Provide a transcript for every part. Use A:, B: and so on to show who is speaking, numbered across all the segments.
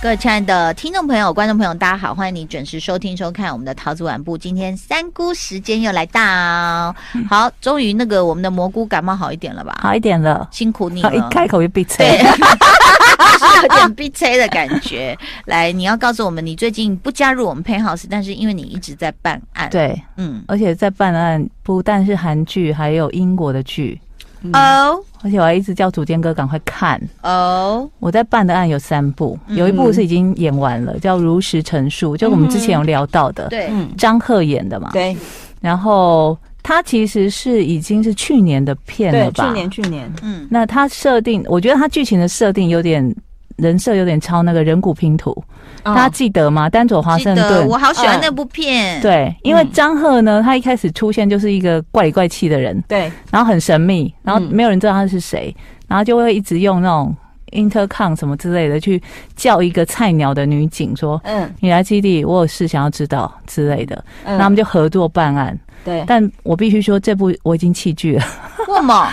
A: 各位亲爱的听众朋友、观众朋友，大家好，欢迎你准时收听、收看我们的《桃子晚部》。今天三姑时间又来到，好，终于那个我们的蘑菇感冒好一点了吧？
B: 好一点了。
A: 辛苦你
C: 哦
B: 好，
A: 了
B: 一。开口就闭嘴。
A: 对，是有点逼催的感觉。来，你要告诉我们，你最近不加入我们 Penthouse，但是因为你一直在办案，，
B: 对
A: 嗯，
B: 而且在办案不但是韩剧，还有英国的剧，
A: 哦
B: 而且我还一直叫主监哥赶快看。
A: 哦，
B: 我在办的案有三部，
C: 嗯
B: 有一部是已经演完了，叫《如实陈述》，就我们之前有聊到的，
A: 对，
C: 嗯，
B: 张赫演的嘛。
C: 对
B: 然后他其实是已经是去年的片
C: 对
B: 了，吧？
C: 去年去年，
A: 嗯，
B: 那他设定，我觉得他剧情的设定有点人设有点超那个人骨拼图，大家
C: 哦
B: 记得吗？丹佐华
A: 记
B: 盛
A: 得
B: 顿
A: 我。好喜欢
C: 嗯
A: 那部片，，
B: 对，因为
C: 嗯
B: 张赫呢，他一开始出现就是一个怪里怪气的人，
C: 对
B: 然后很神秘，然后
C: 嗯
B: 没有人知道他是谁，然后就会一直用那种 intercom 什么之类的去叫一个菜鸟的女警说
C: 嗯：“
B: 你来基地，我有事想要知道之类的。”
C: 嗯，
B: 然后他们就合作办案。
C: 对，
B: 但我必须说，这部我已经弃剧了，
A: 为什么？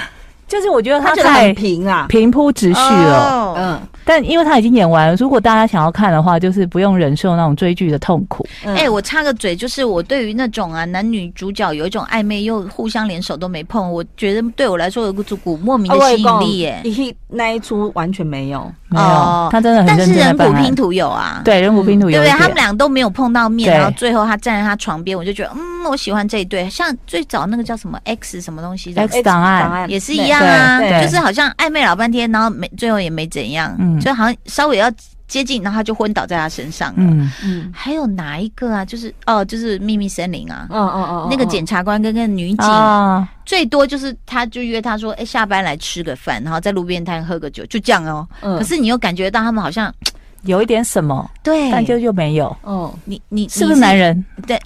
B: 就是我觉得
C: 他
B: 他
C: 觉得很
B: 太
C: 平啊，
B: 平铺直叙了。
A: 哦，
C: 嗯，
B: 但因为他已经演完了，如果大家想要看的话，就是不用忍受那种追剧的痛苦。
A: 哎、
C: 哎，
A: 我插个嘴，就是我对于那种啊男女主角有一种暧昧又互相连手都没碰，我觉得对我来说有个股莫名的
C: 啊哦我也
A: 吸引
C: 讲
A: 力耶、
C: 一去那一出完全没有，
B: 没有，
A: 哦
B: 他真的很
A: 但
B: 认
A: 是
B: 真在
A: 人
B: 办
A: 骨
B: 案
A: 拼。图有啊，
B: 对，人骨拼图
A: 对
B: 有
A: 不
B: 一
A: 对？
B: 点。
A: 他们俩都没有碰到面，
B: 对
A: 然后最后他站在他床边，我就觉得嗯，我喜欢这一对。像最早那个叫什么 X 什么东西的
B: X 档
C: 档
B: 案，
C: 案
A: 也是一样啊
C: 对，对
A: 就是好像暧昧老半天，然后没最后也没怎样，
B: 嗯
A: 就好像稍微要接近，然后他就昏倒在他身上了。
B: 嗯，
C: 嗯
A: 还有哪一个啊？就是哦，就是秘密森林啊。
C: 嗯嗯嗯，
A: 那个
C: 简
A: 检察官跟那个女警，
B: 啊，
A: 最多就是他就约她说，哎、下班来吃个饭，然后在路边摊喝个酒，就这样哦。可
C: 可
A: 是你又感觉到他们好像
B: 有一点什么，
A: 对，
B: 但就又没有，
C: 哦，
A: 你哎你
B: 是不是男？人？
A: 你 对，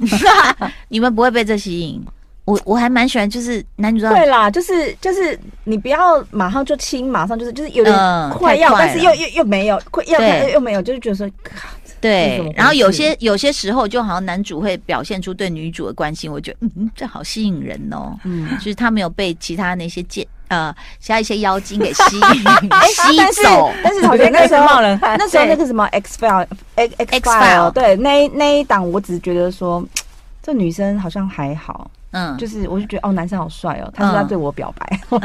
A: 你们不会被这吸引。我我还蛮喜欢，就是男女主角
C: 对啦，就是就是你不要马上就亲，马上就是就是有
A: 嗯
C: 点快要，
A: 太快
C: 但
A: 了
C: 是又又又没有，快要
A: 对
C: 又又没有，就是觉得说，是怎么
A: 对
C: 回，事
A: 然后有些有些时候就好像男主会表现出对女主的关心，我觉得嗯嗯，这好吸引人哦。
C: 嗯，
A: 就是他没有被其他那些剑呃，其他一些妖精给吸吸
C: 啊但是
A: 走。
C: 但是好像那时候
B: 冒人汗。
C: 那时候
A: 对
C: 那个什么 X file X X
A: File
C: file 对那一那一档，我只是觉得说。这女生好像还好，
A: 嗯，
C: 就是我就觉得哦，男生好帅哦，他说他
A: 嗯
C: 对我表白，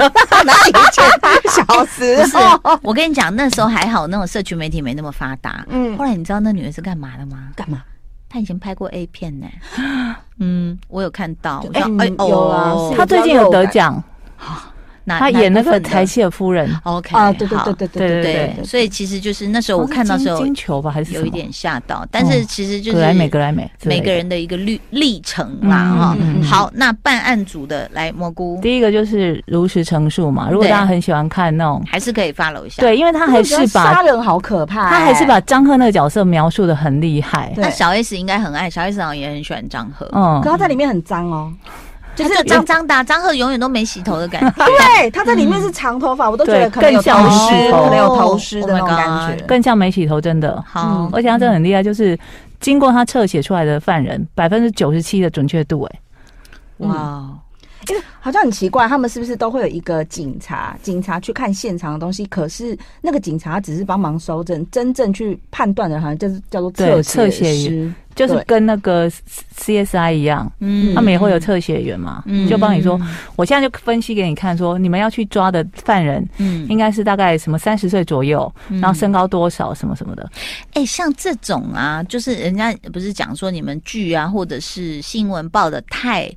C: 哪里见？小时
A: 不是
C: 候，
A: 我跟你讲，那时候还好，那种社群媒体没那么发达。
C: 嗯
A: 后，来你知道那女的是干嘛的吗？
C: 干嘛？
A: 她以前拍过 A 片呢、嗯，我有看到，我
C: 哎
A: 想，哎
C: 嗯有啊
A: 哦，
B: 他最近有得奖，
A: 哪
B: 他演那
A: 哪
B: 个
A: 部分的
B: 柴契尔夫人，
A: OK
C: 啊，对对
A: 好
C: 对对对
B: 对哦
A: 对，所以其实就是那时候我看到的时
B: 好像是
A: 候
B: 金金球吧，还是什
A: 有
B: 么
A: 一点吓到，但是其实就是
B: 格莱美，格莱美之类
A: 每
B: 的
A: 个。人的一个历历程啦哈
B: 嗯嗯嗯。嗯
A: 好，那办案组的来蘑菇
B: 第一个就是如实陈述嘛，如果
A: 对
B: 大家很喜欢看那种，
A: 还是可以 follow 一下。
B: 对，因为他还是把
C: 杀人好可怕欸，
B: 他还是把张赫那个角色描述的很厉害，
C: 对
A: 那小 S 应该很爱，小 S 好像也很喜欢张赫，
B: 嗯
C: 可，他在里面很脏哦，
A: 就是脏脏的啊，张赫永远都没洗头的感 觉。
C: 对，他在里面是长头发，我都觉
B: 对
C: 得可能有
B: 更像
C: 头
B: 是
C: 虱，
B: 头
C: 可能有头虱的那种
A: Oh my
C: 感觉，
B: 更像没洗头真的，
A: 好
C: 嗯，
B: 而且他真的很厉害，就是经过他侧写出来的犯人百分之九十七的准确度、哎，
A: 哇哦，
C: 因为好像很奇怪，他们是不是都会有一个警察，警察去看现场的东西，可是那个警察只是帮忙搜证，真正去判断的，好像就是叫做
B: 对
C: 侧
B: 侧写
C: 师，
B: 就是
C: 对
B: 跟那个 C S I 一样，
A: 嗯
B: 他们也会有侧写员嘛，
A: 嗯
B: 就帮你说，我现在就分析给你看说你们要去抓的犯人
A: 嗯
B: 应该是大概什么三十岁左右，
A: 嗯
B: 然后身高多少什么什么的，
A: 哎、像这种啊，就是人家不是讲说你们剧啊，或者是新闻报的太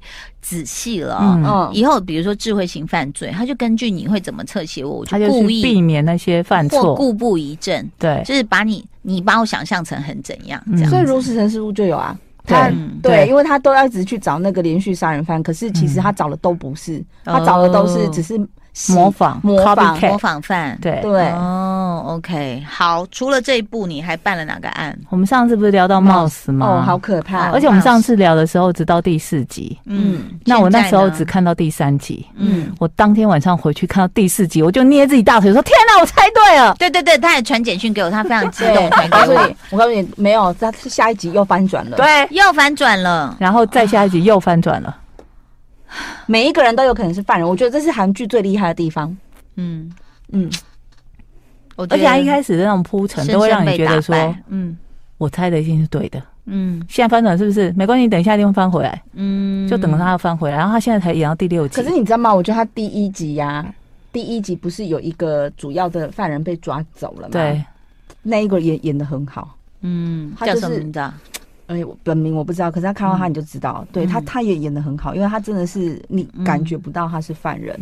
A: 仔细了哦、
B: 嗯
C: 嗯，
A: 以后比如说智慧型犯罪，他就根据你会怎么侧写我，我
B: 他
A: 就
B: 就
A: 故
B: 是
A: 意
B: 避免那些犯
A: 或
B: 错，
A: 故不一正，
B: 对，嗯
A: 就是把你你把我想象成很怎样这样。
C: 所以如实陈述就有啊。
B: 对
C: 他
A: 嗯
C: 对，
B: 对嗯
C: 因为他都要一直去找那个连续杀人犯，可是其实他找的都不是，
A: 嗯
C: 他找的都是
A: 哦
C: 只是是
B: 模仿
C: 模仿
B: copycat
A: 啊模仿犯。
B: 对，
C: 对，
A: 哦，OK，好。除了这一部，你还办了哪个案？
B: 我们上次不是聊到 Mouse 吗？
C: 哦，好可怕
B: 而，且我们上次聊的时候只到第四集，
A: 嗯，
B: 那我那时候
A: 现在呢
B: 只看到第三集。
A: 嗯，
B: 我当天晚上回去看到第四集，我就捏自己大腿说：“天哪，我猜对了
A: 对对对，他也传简讯给我，他非常激
C: 对
A: 动，传，
C: 我告
A: 给
C: 诉
A: 我
C: 你，我告诉你，没有，他是下一集又翻转！”了。，
B: 对，
A: 又反转了。
B: 然后再下一集又翻转了。
C: 每一个人都有可能是犯人，我觉得这是韩剧最厉害的地方。
A: 嗯，
C: 嗯，
A: 我觉得
B: 而且它一开始的那种铺陈，
A: 深
B: 都会让
A: 深
B: 你
A: 被
B: 觉
A: 打
B: 得说
A: 败。嗯
B: 我猜的一定是对的。
A: 嗯
B: 现在翻转是不是？没关系，等一下一定会翻回来，
A: 嗯，
B: 就等着它翻回来。然后它现在才演到第六集，
C: 可是你知道吗？我觉得他第一集呀、第一集不是有一个主要的犯人被抓走了吗？，
B: 对，
C: 那一个演演的很好。
A: 嗯，
C: 他
A: 叫
C: 就是
A: 什么名字啊？
C: 哎、我本名我不知道，可是他看到他你就知道，对他
A: 嗯
C: 他也演的很好，因为他真的是你
A: 嗯
C: 感觉不到他是犯人，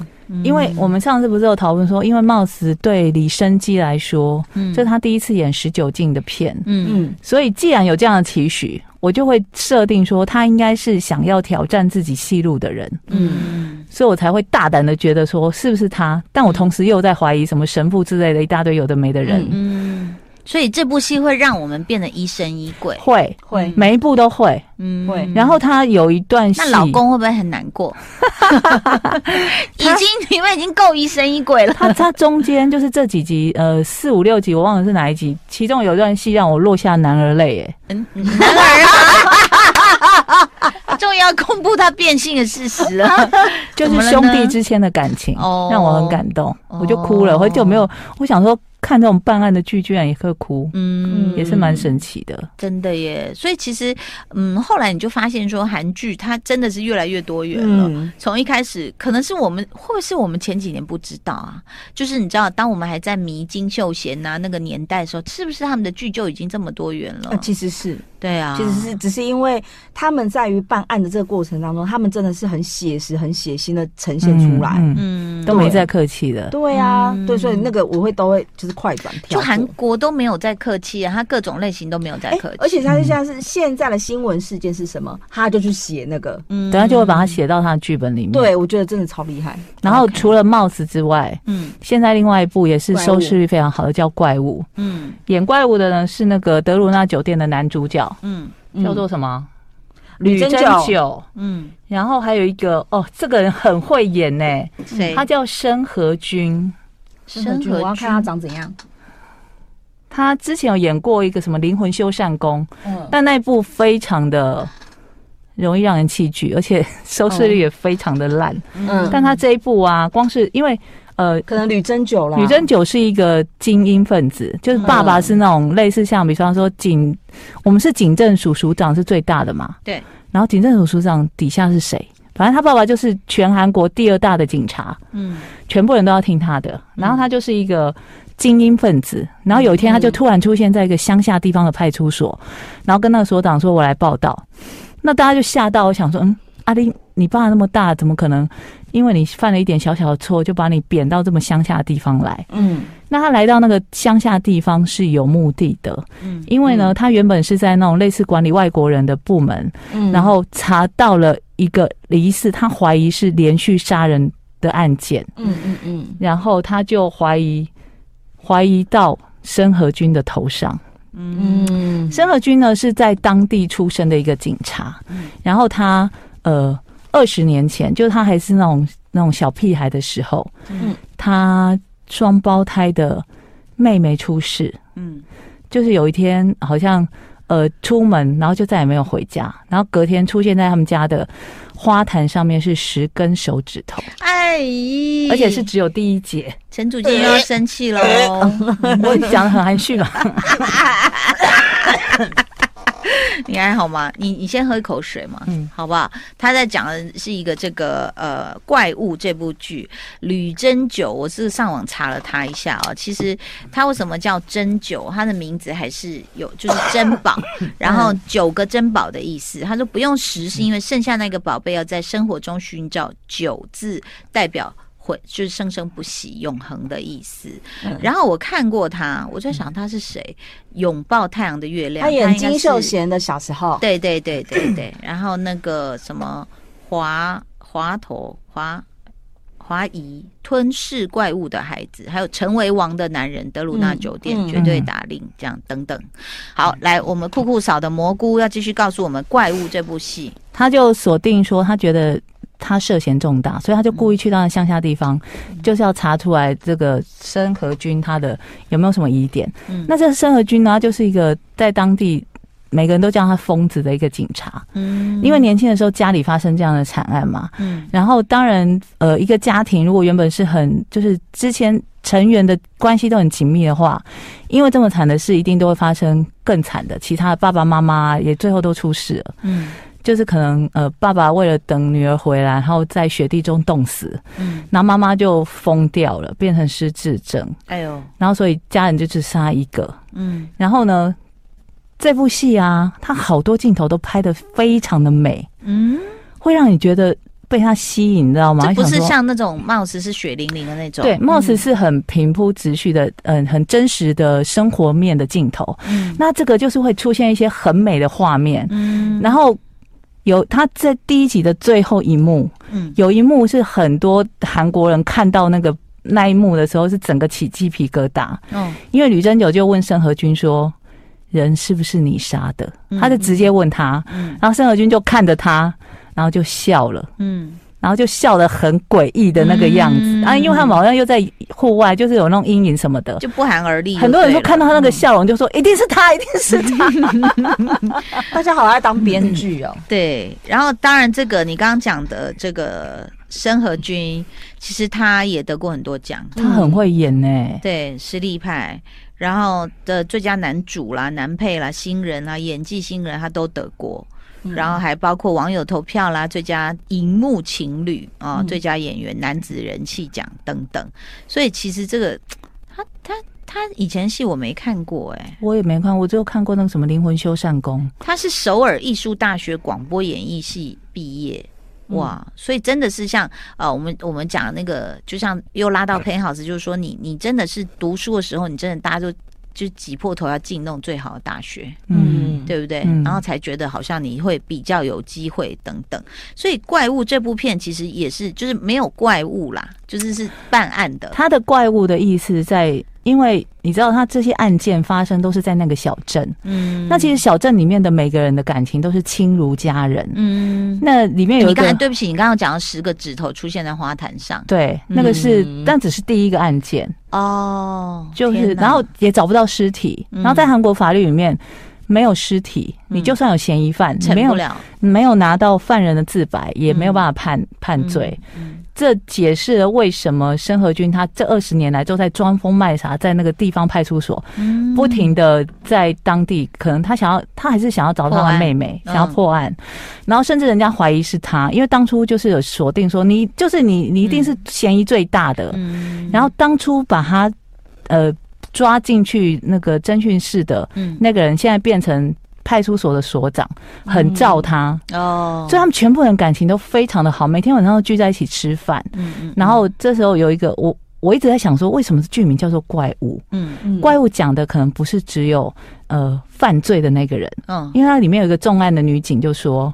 B: 因为我们上次不是有讨论说，因为貌似对李生基来说，
A: 嗯
B: 这是他第一次演十九禁的片，
A: 嗯
C: 嗯，
B: 所以既然有这样的期许，我就会设定说他应该是想要挑战自己戏路的人，
A: 嗯
B: 所以我才会大胆的觉得说是不是他，但我同时又在怀疑什么神父之类的一大堆有的没的人，
A: 嗯，所以这部戏会让我们变得疑神疑鬼。
B: 会
C: 会
B: 每一步都会。
A: 嗯
C: 会
B: 然后他有一段戏，
A: 那老公会不会很难 过？已经你们已经够疑神疑鬼了。
B: 他他中间就是这几集，呃，四五六集我忘了是哪一集，其中有一段戏让我落下男儿泪，哎，
A: 男儿啊，终于要公布他变性的事实 了。
B: 就是兄弟之间的感情，
A: 怎么了呢哦
B: 让我很感动，
A: 哦
B: 我就哭了。很久没有，我想说看这种办案的剧居然也会哭，
A: 嗯
B: 也是蛮神奇的。
A: 真的耶。所以其实，嗯，后来你就发现说，韩剧它真的是越来越多元了。
C: 嗯，
A: 从一开始，可能是我们，会不会是我们前几年不知道啊？就是你知道，当我们还在迷金秀贤啊呐、那个年代的时候，是不是他们的剧就已经这么多元了？
C: 啊其实是
A: 对嗯啊，
C: 其实是只是因为他们在于办案的这个过程当中，他们真的是很写实、很血腥的呈现出来，
B: 嗯，嗯
A: 嗯，
B: 都没在客气的。
C: 对啊，
A: 嗯
C: 对，所以那个我会都会就是快转跳
A: 就
C: 过，
A: 韩国都没有在客气啊，他各种类型都没有在
C: 哎
A: 客气，
C: 而且他就像是现在的新闻事件是什么，他就去写那个，
A: 嗯
B: 等下就会把它，写到他的剧本里面。，
C: 对我觉得真的超厉害，
B: 然后除了帽子之外，
A: 嗯
B: 现在另外一部也是收视率非常好的，叫《怪物》。
A: 嗯
B: 演怪物的呢是那个德鲁纳酒店的男主角，
A: 嗯
B: 叫做什么？
C: 吕
B: 真
C: 珍九
B: 九。
A: 嗯，
B: 然后还有一个哦，这个人很会演呢、
A: 谁？
B: 他叫申和君。
C: 申
A: 君
C: 我要看他长怎样，
B: 他之前有演过一个什么《灵魂修缮工》，
C: 嗯，
B: 但那一部非常的容易让人弃剧，而且收视率也非常的烂。
C: 嗯
B: 但他这一部啊，光是因为呃，
C: 可能吕珍九了，
B: 吕珍九是一个精英分子，就是爸爸是那种类似像，比方说警，我们是警政署署长是最大的嘛，
A: 对。
B: 然后警政署署长底下是谁？反正他爸爸就是全韩国第二大的警察，
A: 嗯
B: 全部人都要听他的。然后他就是一个精英分子。然后有一天，他就突然出现在一个乡下地方的派出所，然后跟那个所长说：“我来报道。”那大家就吓到，我想说：“嗯，阿玲，你爸那么大，怎么可能？因为你犯了一点小小的错，就把你贬到这么乡下的地方来？”
C: 嗯
B: 那他来到那个乡下地方是有目的的，
A: 嗯
B: 因为呢，他原本是在那种类似管理外国人的部门，
C: 嗯
B: 然后查到了一个疑似他怀疑是连续杀人的案件。
C: 嗯嗯嗯，
B: 然后他就怀疑怀疑到申和君的头上。
A: 嗯
C: 嗯，
B: 申和君呢是在当地出生的一个警察，
A: 嗯
B: 然后他呃二十年前，就是他还是那种那种小屁孩的时候，
A: 嗯
B: 他双胞胎的妹妹出事，
A: 嗯
B: 就是有一天好像呃出门，然后就再也没有回家，然后隔天出现在他们家的花坛上面是十根手指头，
A: 哎，
B: 而且是只有第一 节。
A: 陈祖建又要生气喽。
B: 我讲的很含蓄吧？
A: 你还好吗？你你先喝一口水嘛，
B: 嗯
A: 好不好？他在讲的是一个这个呃怪物这部剧，吕珍九，我是上网查了他一下啊、其实他为什么叫珍九？他的名字还是有就是珍 宝，然后九个珍宝的意思。他说不用十，是因为剩下那个宝贝要在生活中寻找九字，代表。会就是生生不息、永恒的意思。
C: 嗯
A: 然后我看过他，我在想他是谁，拥抱太阳的月亮》。
C: 他演
A: 应该
C: 金秀
A: 是
C: 贤的小时候，
A: 对对对对对，然后那个什么华华佗华华裔吞噬怪物的孩子，还有成为王的男人，德鲁纳酒店、
C: 嗯嗯
A: 绝对打令这样等等。好，来我们酷酷嫂的蘑菇要继续告诉我们怪物这部戏，
B: 他就锁定说，他觉得他涉嫌重大，所以他就故意去到乡下地方，就是要查出来这个申和军他的有没有什么疑点。
A: 嗯
B: 那这个申和军呢，他就是一个在当地每个人都叫他疯子的一个警察，
A: 嗯
B: 因为年轻的时候家里发生这样的惨案嘛。
A: 嗯
B: 然后当然，呃，一个家庭如果原本是很就是之前成员的关系都很紧密的话，因为这么惨的事，一定都会发生更惨的，其他的爸爸妈妈也最后都出事了。
A: 嗯
B: 就是可能呃，爸爸为了等女儿回来，然后在雪地中冻死，
A: 嗯，
B: 然后妈妈就疯掉了，变成失智症，
A: 哎呦，
B: 然后所以家人就只杀一个。
A: 嗯
B: 然后呢，这部戏啊，它好多镜头都拍得非常的美，
A: 嗯，
B: 会让你觉得被它吸引，你知道吗？
A: 这不
B: 还
A: 是
B: 想说
A: 像那嗯种貌似是血淋淋的那种，
B: 对，貌似是很平铺直叙的，嗯、很真实的生活面的镜头。
A: 嗯
B: 那这个就是会出现一些很美的画面，
A: 嗯
B: 然后有他在第一集的最后一幕。
A: 嗯
B: 有一幕是很多韩国人看到那个那一幕的时候，是整个起鸡皮疙瘩，
A: 哦
B: 因为吕珍九就问申和君说：“人是不是你杀的？”
A: 嗯
B: 他就直接问他，
A: 嗯
B: 然后申和君就看着他，然后就笑了。
A: 嗯
B: 然后就笑得很诡异的那个样子、
A: 嗯
B: 啊，因为他们好像又在户外，就是有那种阴影什么的。
A: 就不寒而栗就对了，
B: 很多人说看到他那个笑容，就说、一定是他，一定是他。
C: 大家好爱当编剧哦，
A: 对，然后当然这个你刚刚讲的这个申和君，其实他也得过很多奖，
B: 他很会演呢、
A: 对，实力派，然后的最佳男主啦、男配啦、新人啦、演技新人他都得过。然后还包括网友投票啦、最佳荧幕情侣啊、
C: 嗯
A: 最佳演员、男子人气奖等等，所以其实这个他他他以前戏我没看过哎、
B: 我也没看，我只有看过那个什么《灵魂修缮工》。
A: 他是首尔艺术大学广播演艺系毕业。
B: 嗯
A: 哇，所以真的是像呃，我们我们讲那个，就像又拉
B: 嗯
A: 到 Penthouse，就是说你你真的是读书的时候，你真的大家就就挤破头要进那种最好的大学，
B: 嗯，
C: 对，
A: 对不对？
B: 嗯
A: 然后才觉得好像你会比较有机会等等。所以怪物这部片其实也是，就是没有怪物啦，就是是办案的。
B: 他的怪物的意思在，因为你知道，他这些案件发生都是在那个小镇。
A: 嗯
B: 那其实小镇里面的每个人的感情都是亲如家人。
A: 嗯，
B: 那里面有
A: 你
B: 一
A: 刚才
B: 个
A: 对不起，你刚刚讲了十个指头出现在花坛上
B: 对，那个是
C: 嗯，
B: 但只是第一个案件，
A: 哦，
B: 就是
A: 天哪
B: 然后也找不到尸体。
A: 嗯
B: 然后在韩国法律里面，没有尸体，
A: 嗯
B: 你就算有嫌疑犯，
A: 成
B: 没
A: 不
B: 有
A: 了
B: 没有拿到犯人的自白，也没有
A: 嗯
B: 办法判判罪。，
A: 嗯
B: 这解释了为什么申和君他这二十年来都在装疯卖傻，在那个地方派出所
A: 嗯
B: 不停的在当地，可能他想要，他还是想要找到
A: 破
B: 他
A: 案
B: 妹妹，
A: 嗯
B: 想要破案，然后甚至人家怀疑是他，因为当初就是有锁定说你就是你，你一定是嫌疑最大的，
A: 嗯
B: 然后当初把他呃抓进去那个侦讯室的
A: 嗯
B: 那个人，现在变成派出所的所长，很罩他，
A: 嗯哦，
B: 所以他们全部人感情都非常的好，每天晚上都聚在一起吃饭，
A: 嗯嗯，
B: 然后这时候有一个我。我一直在想说，为什么剧名叫做怪物？
A: 嗯
C: 嗯
B: 怪物讲的可能不是只有呃犯罪的那个人，
A: 嗯
B: 因为它里面有一个重案的女警就说：“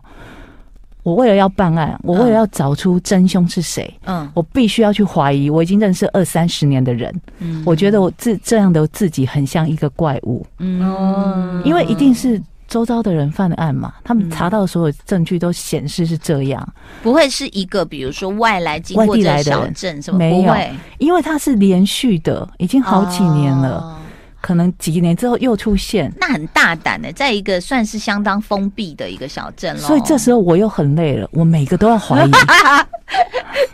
B: 我为了要办案，我为了要找出真凶是谁，
A: 嗯
B: 我必须要去怀疑我已经认识二三十年的人。
A: 嗯
B: 我觉得我自这样的自己很像一个怪物，
C: 哦
A: 嗯
B: 因为一定是。”周遭的人犯的案嘛，他们
A: 嗯
B: 查到的所有证据都显示是这样，
A: 不会是一个比如说外来经过
B: 外地
A: 这
B: 来
A: 个
B: 的
A: 小
B: 人
A: 镇什么，
B: 没
A: 不
B: 有
A: 会
B: 因为它是连续的，已经好几年了，
A: 哦
B: 可能几年之后又出现，
A: 那很大胆的，在一个算是相当封闭的一个小镇喽。
B: 所以这时候我又很累了，我每个都要怀疑，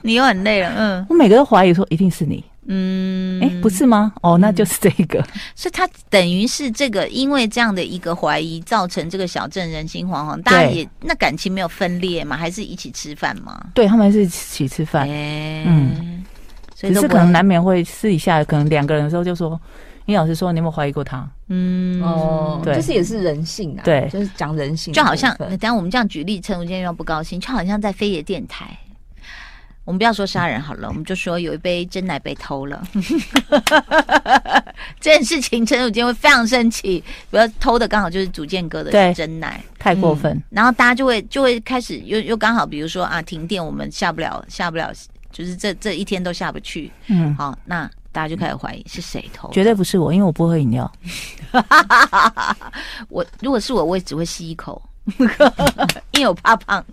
A: 你又很累了，嗯
B: 我每个都怀疑说一定是你，
A: 嗯，
B: 哎、不，是吗？哦，那就是这 个，
A: 所以他等于是这个，因为这样的一个怀疑，造成这个小镇人心惶惶，大家
B: 对
A: 也那感情没有分裂嘛，还是一起吃饭嘛？
B: 对他们还是一起吃饭，
A: 哎，
B: 嗯，
A: 所以
B: 只
A: 都
B: 是
A: 不
B: 可能
A: 会
B: 难免会私底下，可能两个人的时候就说，你老师说你有没有怀疑过他？
A: 嗯
C: 哦，
B: 对
C: 就是也是人性啊，
B: 对
C: 就是讲人性的
A: 就好像，
C: 部分
A: 等一下我们这样举例，陈如今天要不高兴，就好像在飞碟电台。我们不要说杀人好了，我们就说有一杯真奶被偷了， 这件事情陈汝坚会非常生气。比如偷的刚好就是主建哥的
B: 对
A: 真奶，
B: 太过
A: 嗯
B: 分，
A: 然后大家就会就会开始又又刚好，比如说啊停电，我们下不了下不了就是这这一天都下不去。
B: 嗯，
A: 好，那大家就开始怀疑是谁投的。
B: 绝对不是我，因为我不喝饮料。
A: 我如果是我，我也只会吸一口， 因为我怕胖。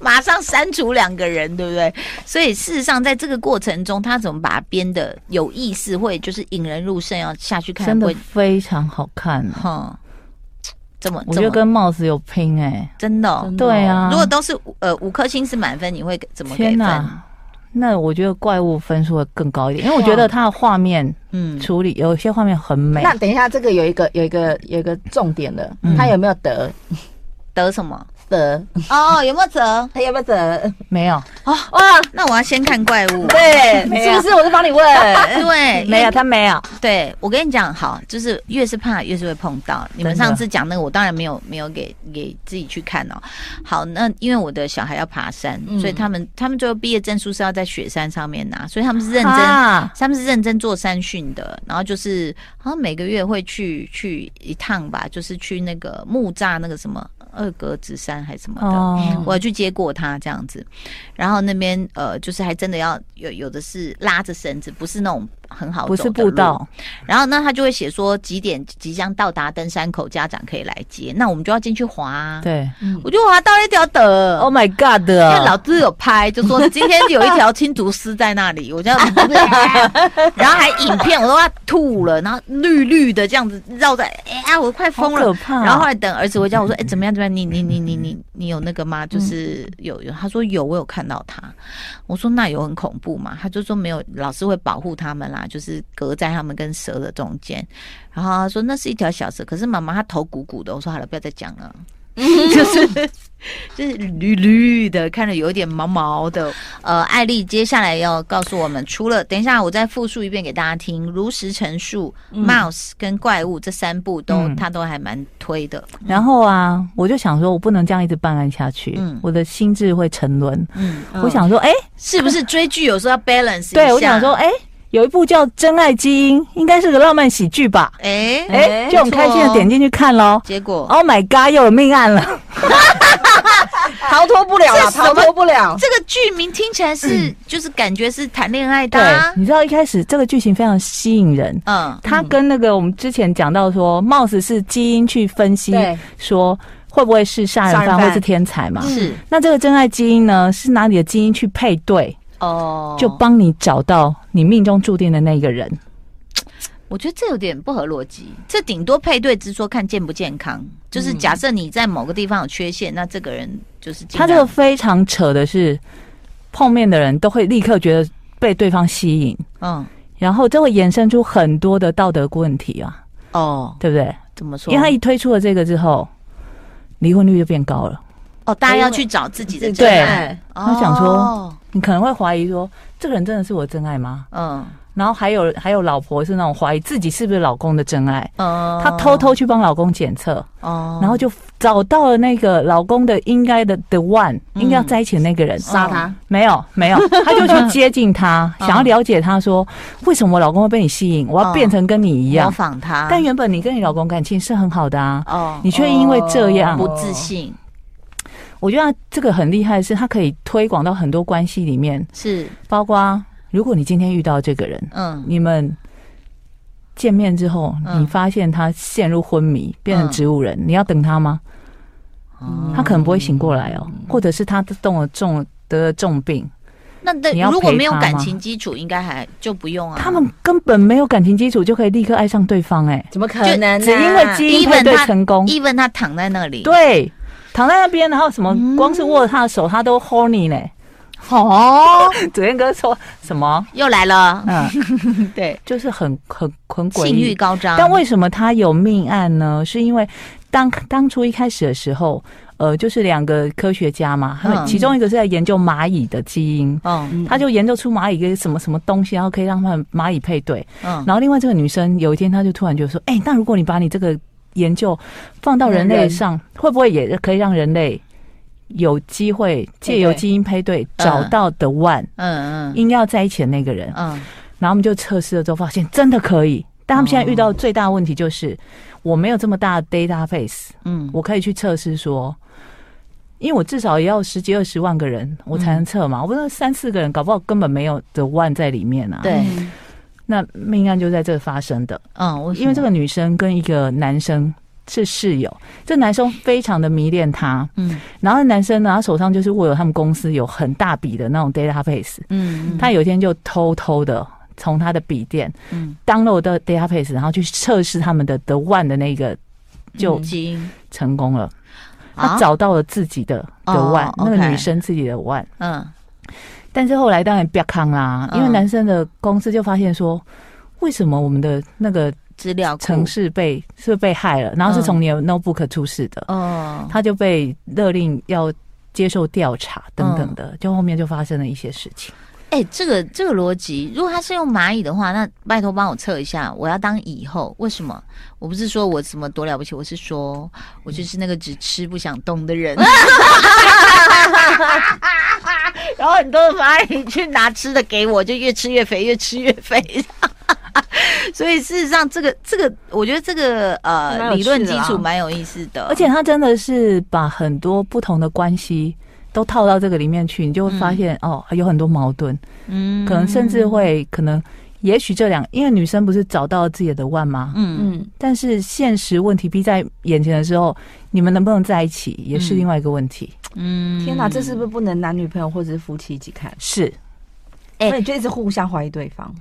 A: 马上删除两个人，对不对？所以事实上，在这个过程中，他怎么把它编的有意思，会就是引人入胜，要下去看
B: 真的
A: 会，
B: 非常好看，
A: 哼，怎么？
B: 我觉得
A: 怎么
B: 跟帽子有拼哎、
A: 真的哦、
C: 真的
B: 对啊，
A: 如果都是五呃五颗星是满分，你会给怎么给
B: 天
A: 分？
B: 哪，那我觉得怪物分数会更高一点，因为我觉得它的画面
A: 嗯，
B: 处理有些画面很美，
C: 那等一下，这个有一个有一个有一个重点了，
B: 嗯
C: 他有没有得
A: 得什么？
C: 得？
A: 哦，有没有 折？
C: 他有没有得？
B: 没有
A: 哇，那我要先看怪物。
C: 对，
B: 没有
C: 是不是？我在帮你问。
A: 对，
B: 没有，它没有，
A: 对，我跟你讲，好，就是越是怕，越是会碰到。你们
B: 真的
A: 上次讲那个，我当然没有没有给给自己去看哦。好，那因为我的小孩要爬山，
C: 嗯
A: 所以他们他们最后毕业证书是要在雪山上面拿，所以他们是认真，
B: 啊
A: 他们是认真做山训的。然后就是好像每个月会去去一趟吧，就是去那个木栅那个什么二格子山还是什么的。
B: 哦，
A: 我有去接过他这样子，然后那边呃，就是还真的要有有的是拉着绳子，不是那种很好
B: 不是
A: 走的路
B: 步道，
A: 然后那他就会写说几点即将到达登山口，家长可以来接。那我们就要进去滑、啊，，
B: 对
A: 我就滑到一条的。
B: ，Oh my
A: 因为
B: God，
A: 老师有拍，就说今天有一条青竹丝在那里，我就， 然后还影片，我都要吐了，然后绿绿的这样子绕在，哎呀，我快
B: 好
A: 疯了
B: 可。怕，
A: 然后后来等儿子回家，我说，哎，怎么样怎么样？你你你你你你有那个吗？就是有有，他说有，我有看到他。我说那有很恐怖嘛？他就说没有，老师会保护他们啦，就是隔在他们跟蛇的中间。然后他说那是一条小蛇，可是妈妈她头鼓鼓的。我说好了，不要再讲了，就是就是绿绿的，看着有一点毛毛的。呃，艾丽接下来要告诉我们，除了等一下我再复述一遍给大家听，《如实陈述》Mouse》跟《怪物》这三部都、
B: 嗯
A: 他都还蛮推的。
B: 然后啊，我就想说，我不能这样一直办案下去，
A: 嗯
B: 我的心智会沉沦。
A: 嗯，
B: 我想说，哎、
A: 是不是追剧有时候要 balance 一下？
B: 对我想说，，哎、有一部叫《真爱基因》，应该是个浪漫喜剧吧？
A: 哎、
B: 哎、
C: 哎
B: 就很开心的点进去看喽。
A: 结果。
B: Oh my god，又有命案了！
C: 逃脱不了
A: 这
C: 啦，
A: 什么
C: 逃脱不了。
A: 这个剧名听起来是，就是感觉是谈恋爱的、
B: 嗯对
A: 啊，，
B: 你知道一开始这个剧情非常吸引人，
A: 嗯，
B: 它跟那个我们之前讲到说，貌似是基因去分析
C: 对
B: 说会不会是杀
C: 杀
B: 人
C: 人
B: 犯
C: 犯
B: 或是天才嘛？
A: 是
B: 那这个真爱基因呢，是拿你的基因去配对，
A: 哦，
B: 就帮你找到你命中注定的那个人。
A: 我觉得这有点不合逻辑，这顶多配对之说看健不健康，就是
B: 嗯
A: 假设你在某个地方有缺陷，那这个人就是尽
B: 他
A: 量
B: 这个非常扯的是，碰面的人都会立刻觉得被对方吸引，
A: 嗯
B: 然后这会衍生出很多的道德问题啊，
A: 哦
B: 对不对？
A: 怎么说？
B: 因为他一推出了这个之后，离婚率就变高了。
A: 哦，大家要去找自己的真
B: 对
A: 爱。
B: 他想说
A: 哦
B: 你可能会怀疑说，这个人真的是我的真爱吗？
A: 嗯
B: 然后还有还有老婆是那种怀疑自己是不是老公的真爱，
A: 嗯，
B: 她偷偷去帮老公检测，
A: 哦
B: 然后就找到了那个老公的应该的 the one，
A: 嗯
B: 应该要在一起的那个人，
C: 杀他
B: 嗯没有 没有，他就去接近他，
A: 嗯
B: 想要了解他说为什么我老公会被你吸引，我
A: 嗯
B: 要变成跟你一
A: 模
B: 样。
A: 仿他，
B: 但原本你跟你老公感情是很好的啊，
A: 哦
B: 你却因为这样，
A: 不自信
B: 我觉得他这个很厉害，是他可以推广到很多关系里面，
A: 是
B: 包括如果你今天遇到这个人，
A: 嗯
B: 你们见面之后，
A: 嗯
B: 你发现他陷入昏迷，变成
A: 嗯
B: 植物人，你要等他吗？
A: 哦嗯
B: 他可能不会醒过来哦，或者是他动了重得了重病，
A: 那那
B: 你要
A: 如果
B: 陪
A: 没有
B: 他
A: 感
B: 吗
A: 情基础，应该还就不用啊。
B: 他们根本没有感情基础就可以立刻爱上对方，哎，
C: 怎么可能呢？啊
B: 只因为基因配对成功，
A: even 他躺在那里，
B: 对，躺在那边，然后什么，
A: 嗯
B: 光是握他的手，他都 horny 呢。
A: 哦，
B: 主任哥说什么？
A: 又来了，
B: 嗯，
A: 对，
B: 就是很很很诡
A: 性欲
B: 异。
A: 高涨，
B: 但为什么他有命案呢？是因为当当初一开始的时候，呃，就是两个科学家嘛，
A: 嗯
B: 他们其中一个是在研究蚂蚁的基因，
A: 嗯
B: 他就研究出蚂蚁跟什么什么东西，然后可以让他们蚂蚁配对。
A: 嗯
B: 然后另外这个女生有一天，她就突然就说：“哎、那如果你把你这个研究放到人类上，会不会也可以让人类有机会借由基因配对
A: 嗯
B: 找到 the one，、
A: 嗯嗯
B: 应该要在一起的那个人？”
A: 嗯，
B: 然后我们就测试了之后，发现真的可以。但他们现在遇到最大的问题就是，我没有这么大的 database，
A: 嗯，
B: 我可以去测试说因为我至少也要十几二十万个人，我才能测嘛。我那三四个人，搞不好根本没有的万在里面啊。，
A: 对，
C: 嗯
B: 那命案就在这发生的。
A: 嗯，我
B: 因为这个，女生跟一个男生是室友，这男生非常的迷恋她，
A: 嗯
B: 然后男生呢，他手上就是握有他们公司有很大笔的那种 database，
A: 嗯，
B: 他有一天就偷偷的从他的笔电
A: 嗯
B: download 的 database，然后去测试他们的 the one 的那个，就
A: 金
B: 成功
A: 嗯
B: 了。
A: 啊
B: 他找到了自己的
A: 哦
B: the one，、那个
A: OK
B: 女生自己的 one，
A: 嗯
B: 但是后来当然不要康啦，因为
A: 嗯
B: 男生的公司就发现说，为什么我们的那个
A: 资料库
B: 城市被是被害了，然后是从你的 notebook 出事的，
A: 嗯哦，
B: 他就被勒令要接受调查等等的，
A: 嗯
B: 就后面就发生了一些事情。
A: 哎、这个这个逻辑，如果他是用蚂蚁的话，那拜托帮我测一下，我要当蚁后。为什么？我不是说我怎么多了不起，我是说我就是那个只吃不想动的人。 然后很多人蚂蚁去拿吃的给我，就越吃越肥，越吃越肥。 所以事实上，这个这个，我觉得这个
C: 蛮
A: 呃
C: 有
A: 理论
C: 趣的啊
A: 基
C: 啦
A: 础蛮有意思的，
B: 而且他真的是把很多不同的关系都套到这个里面去，你就会发现、哦，有很多矛盾，
A: 嗯
B: 可能甚至会可能。也许这两，因为女生不是找到自己的 one 吗？
A: 嗯
C: 嗯，
B: 但是现实问题逼在眼前的时候，你们能不能在一起，也是
A: 嗯
B: 另外一个问题。
A: 嗯
C: 天哪，这是不是不能男女朋友或者是夫妻一起看？
B: 是，
A: 哎
C: 那你就一直互相怀疑对方。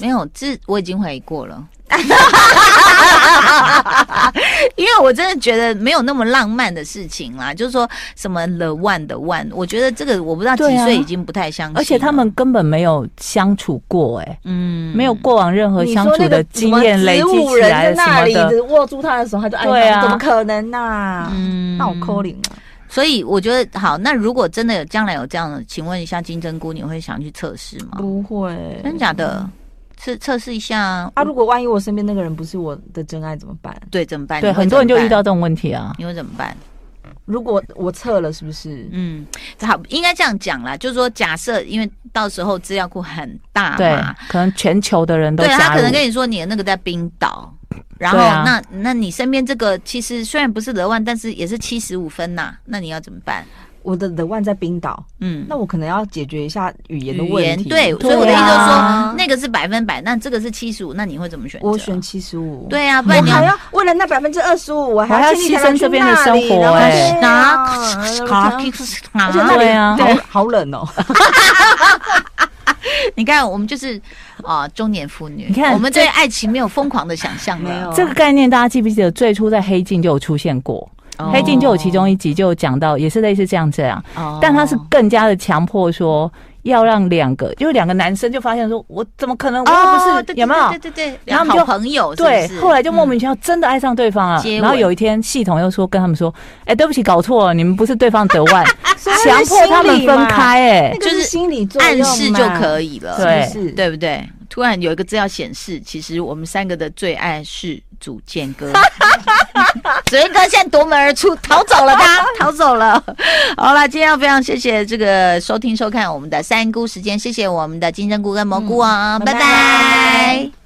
A: 没有，这我已经怀疑过 了。因为我真的觉得没有那么浪漫的事情啦，就是说什么 the one 的 one，我觉得这个我不知道几
B: 对啊
A: 岁已经不太相信了、
B: 而且他们根本没有相处过、哎、
A: 嗯
B: 没有过往任何
C: 你
B: 相
C: 说
B: 处
C: 那
B: 的
C: 个
B: 经验累积起来
C: 人在那
B: 什么
C: 里
B: 的。
C: 握住他的手，他就爱哎
B: 对啊
C: 上，怎么可能呐？
A: 嗯
C: 那我扣零啊！
A: 所以我觉得好，那如果真的有将来有这样的，请问一下金针菇，你会想去测试吗？
B: 嗯
C: 不会，
A: 真假的，测测试一下啊
C: 啊！如果万一我身边那个人不是我的真爱怎么办？
A: 对，怎么办？
B: 对，
A: 你会
B: 很多人
A: 怎
B: 就
A: 么
B: 遇到
A: 办
B: 这种问题啊。
A: 你会怎么办？
C: 如果我撤了，是不是？
A: 嗯，好，应该这样讲啦，就是说，假设因为到时候资料库很大
B: 对
A: 嘛，，
B: 可能全球的人都
A: 啊对他
B: 加
A: 可
B: 入
A: 能，跟你说你的那个在冰岛，然后、
B: 对啊
A: 那那你身边这个其实虽然不是德万，但是也是七十五分呐、那你要怎么办？
C: 我的 The One 在冰岛，
A: 嗯，
C: 那我可能要解决一下语言的
A: 语
C: 问
A: 言
C: 题。
A: 对，所以我的
B: 对
A: 意思就是说，
C: 啊
A: 那个是百分百，那这个是七十五，那你会怎么选择？
C: 我选七十五。。
A: 对啊，不
C: 我
A: 然你
C: 还要为了那百分之二十五，我还
B: 我还要
C: 尽力
B: 牺牲
C: 才能去
B: 这边的
C: 那
B: 生
C: 里
B: 活
C: 然后
B: 哎
C: 对 啊
A: 啊
C: 而且那
B: 对啊
C: 里好好冷哦，
A: 你看，我们就是啊、中年妇女，
B: 你看
A: 我们对爱情没有疯狂的想象了
C: 没有
B: 这个概念大家记不记得？最初在《黑镜》就有出现过，黑镜》就有其中一集就有讲到，也是类似这样这样，
A: 哦
B: 但他是更加的强迫说。要让两个，因为两个男生就发现说，我怎么可能？我又不是、
A: 哦对对
B: 有没有
A: 对？对对，
B: 然
A: 两
B: 后我们就
A: 好朋友是不
B: 对
A: 是，
B: 后来就莫名其妙真的爱上对方了。
A: 接吻
B: 然后有一天，系统又说跟他们说：“哎，对不起，搞错了，你们不是对方得 万，
C: 所以那
B: 强
C: 是
B: 迫他
C: 心
B: 们
C: 理
B: 分
C: 嘛，
B: 开。”哎
C: 那，个
A: 就是
C: 是心理作
A: 暗
C: 用
A: 示
C: 嘛
A: 就可以了，
B: 对
C: 是不是
A: 对不对？突然有一个资料显示，其实我们三个的最爱是组建哥， 组建哥现在夺门而出，逃走了他， 逃走了。好了，今天要非常谢谢这个收听收看我们的三姑时间，谢谢我们的金针菇跟蘑菇哦，
C: 嗯
A: 拜
C: 拜
A: 拜
C: 拜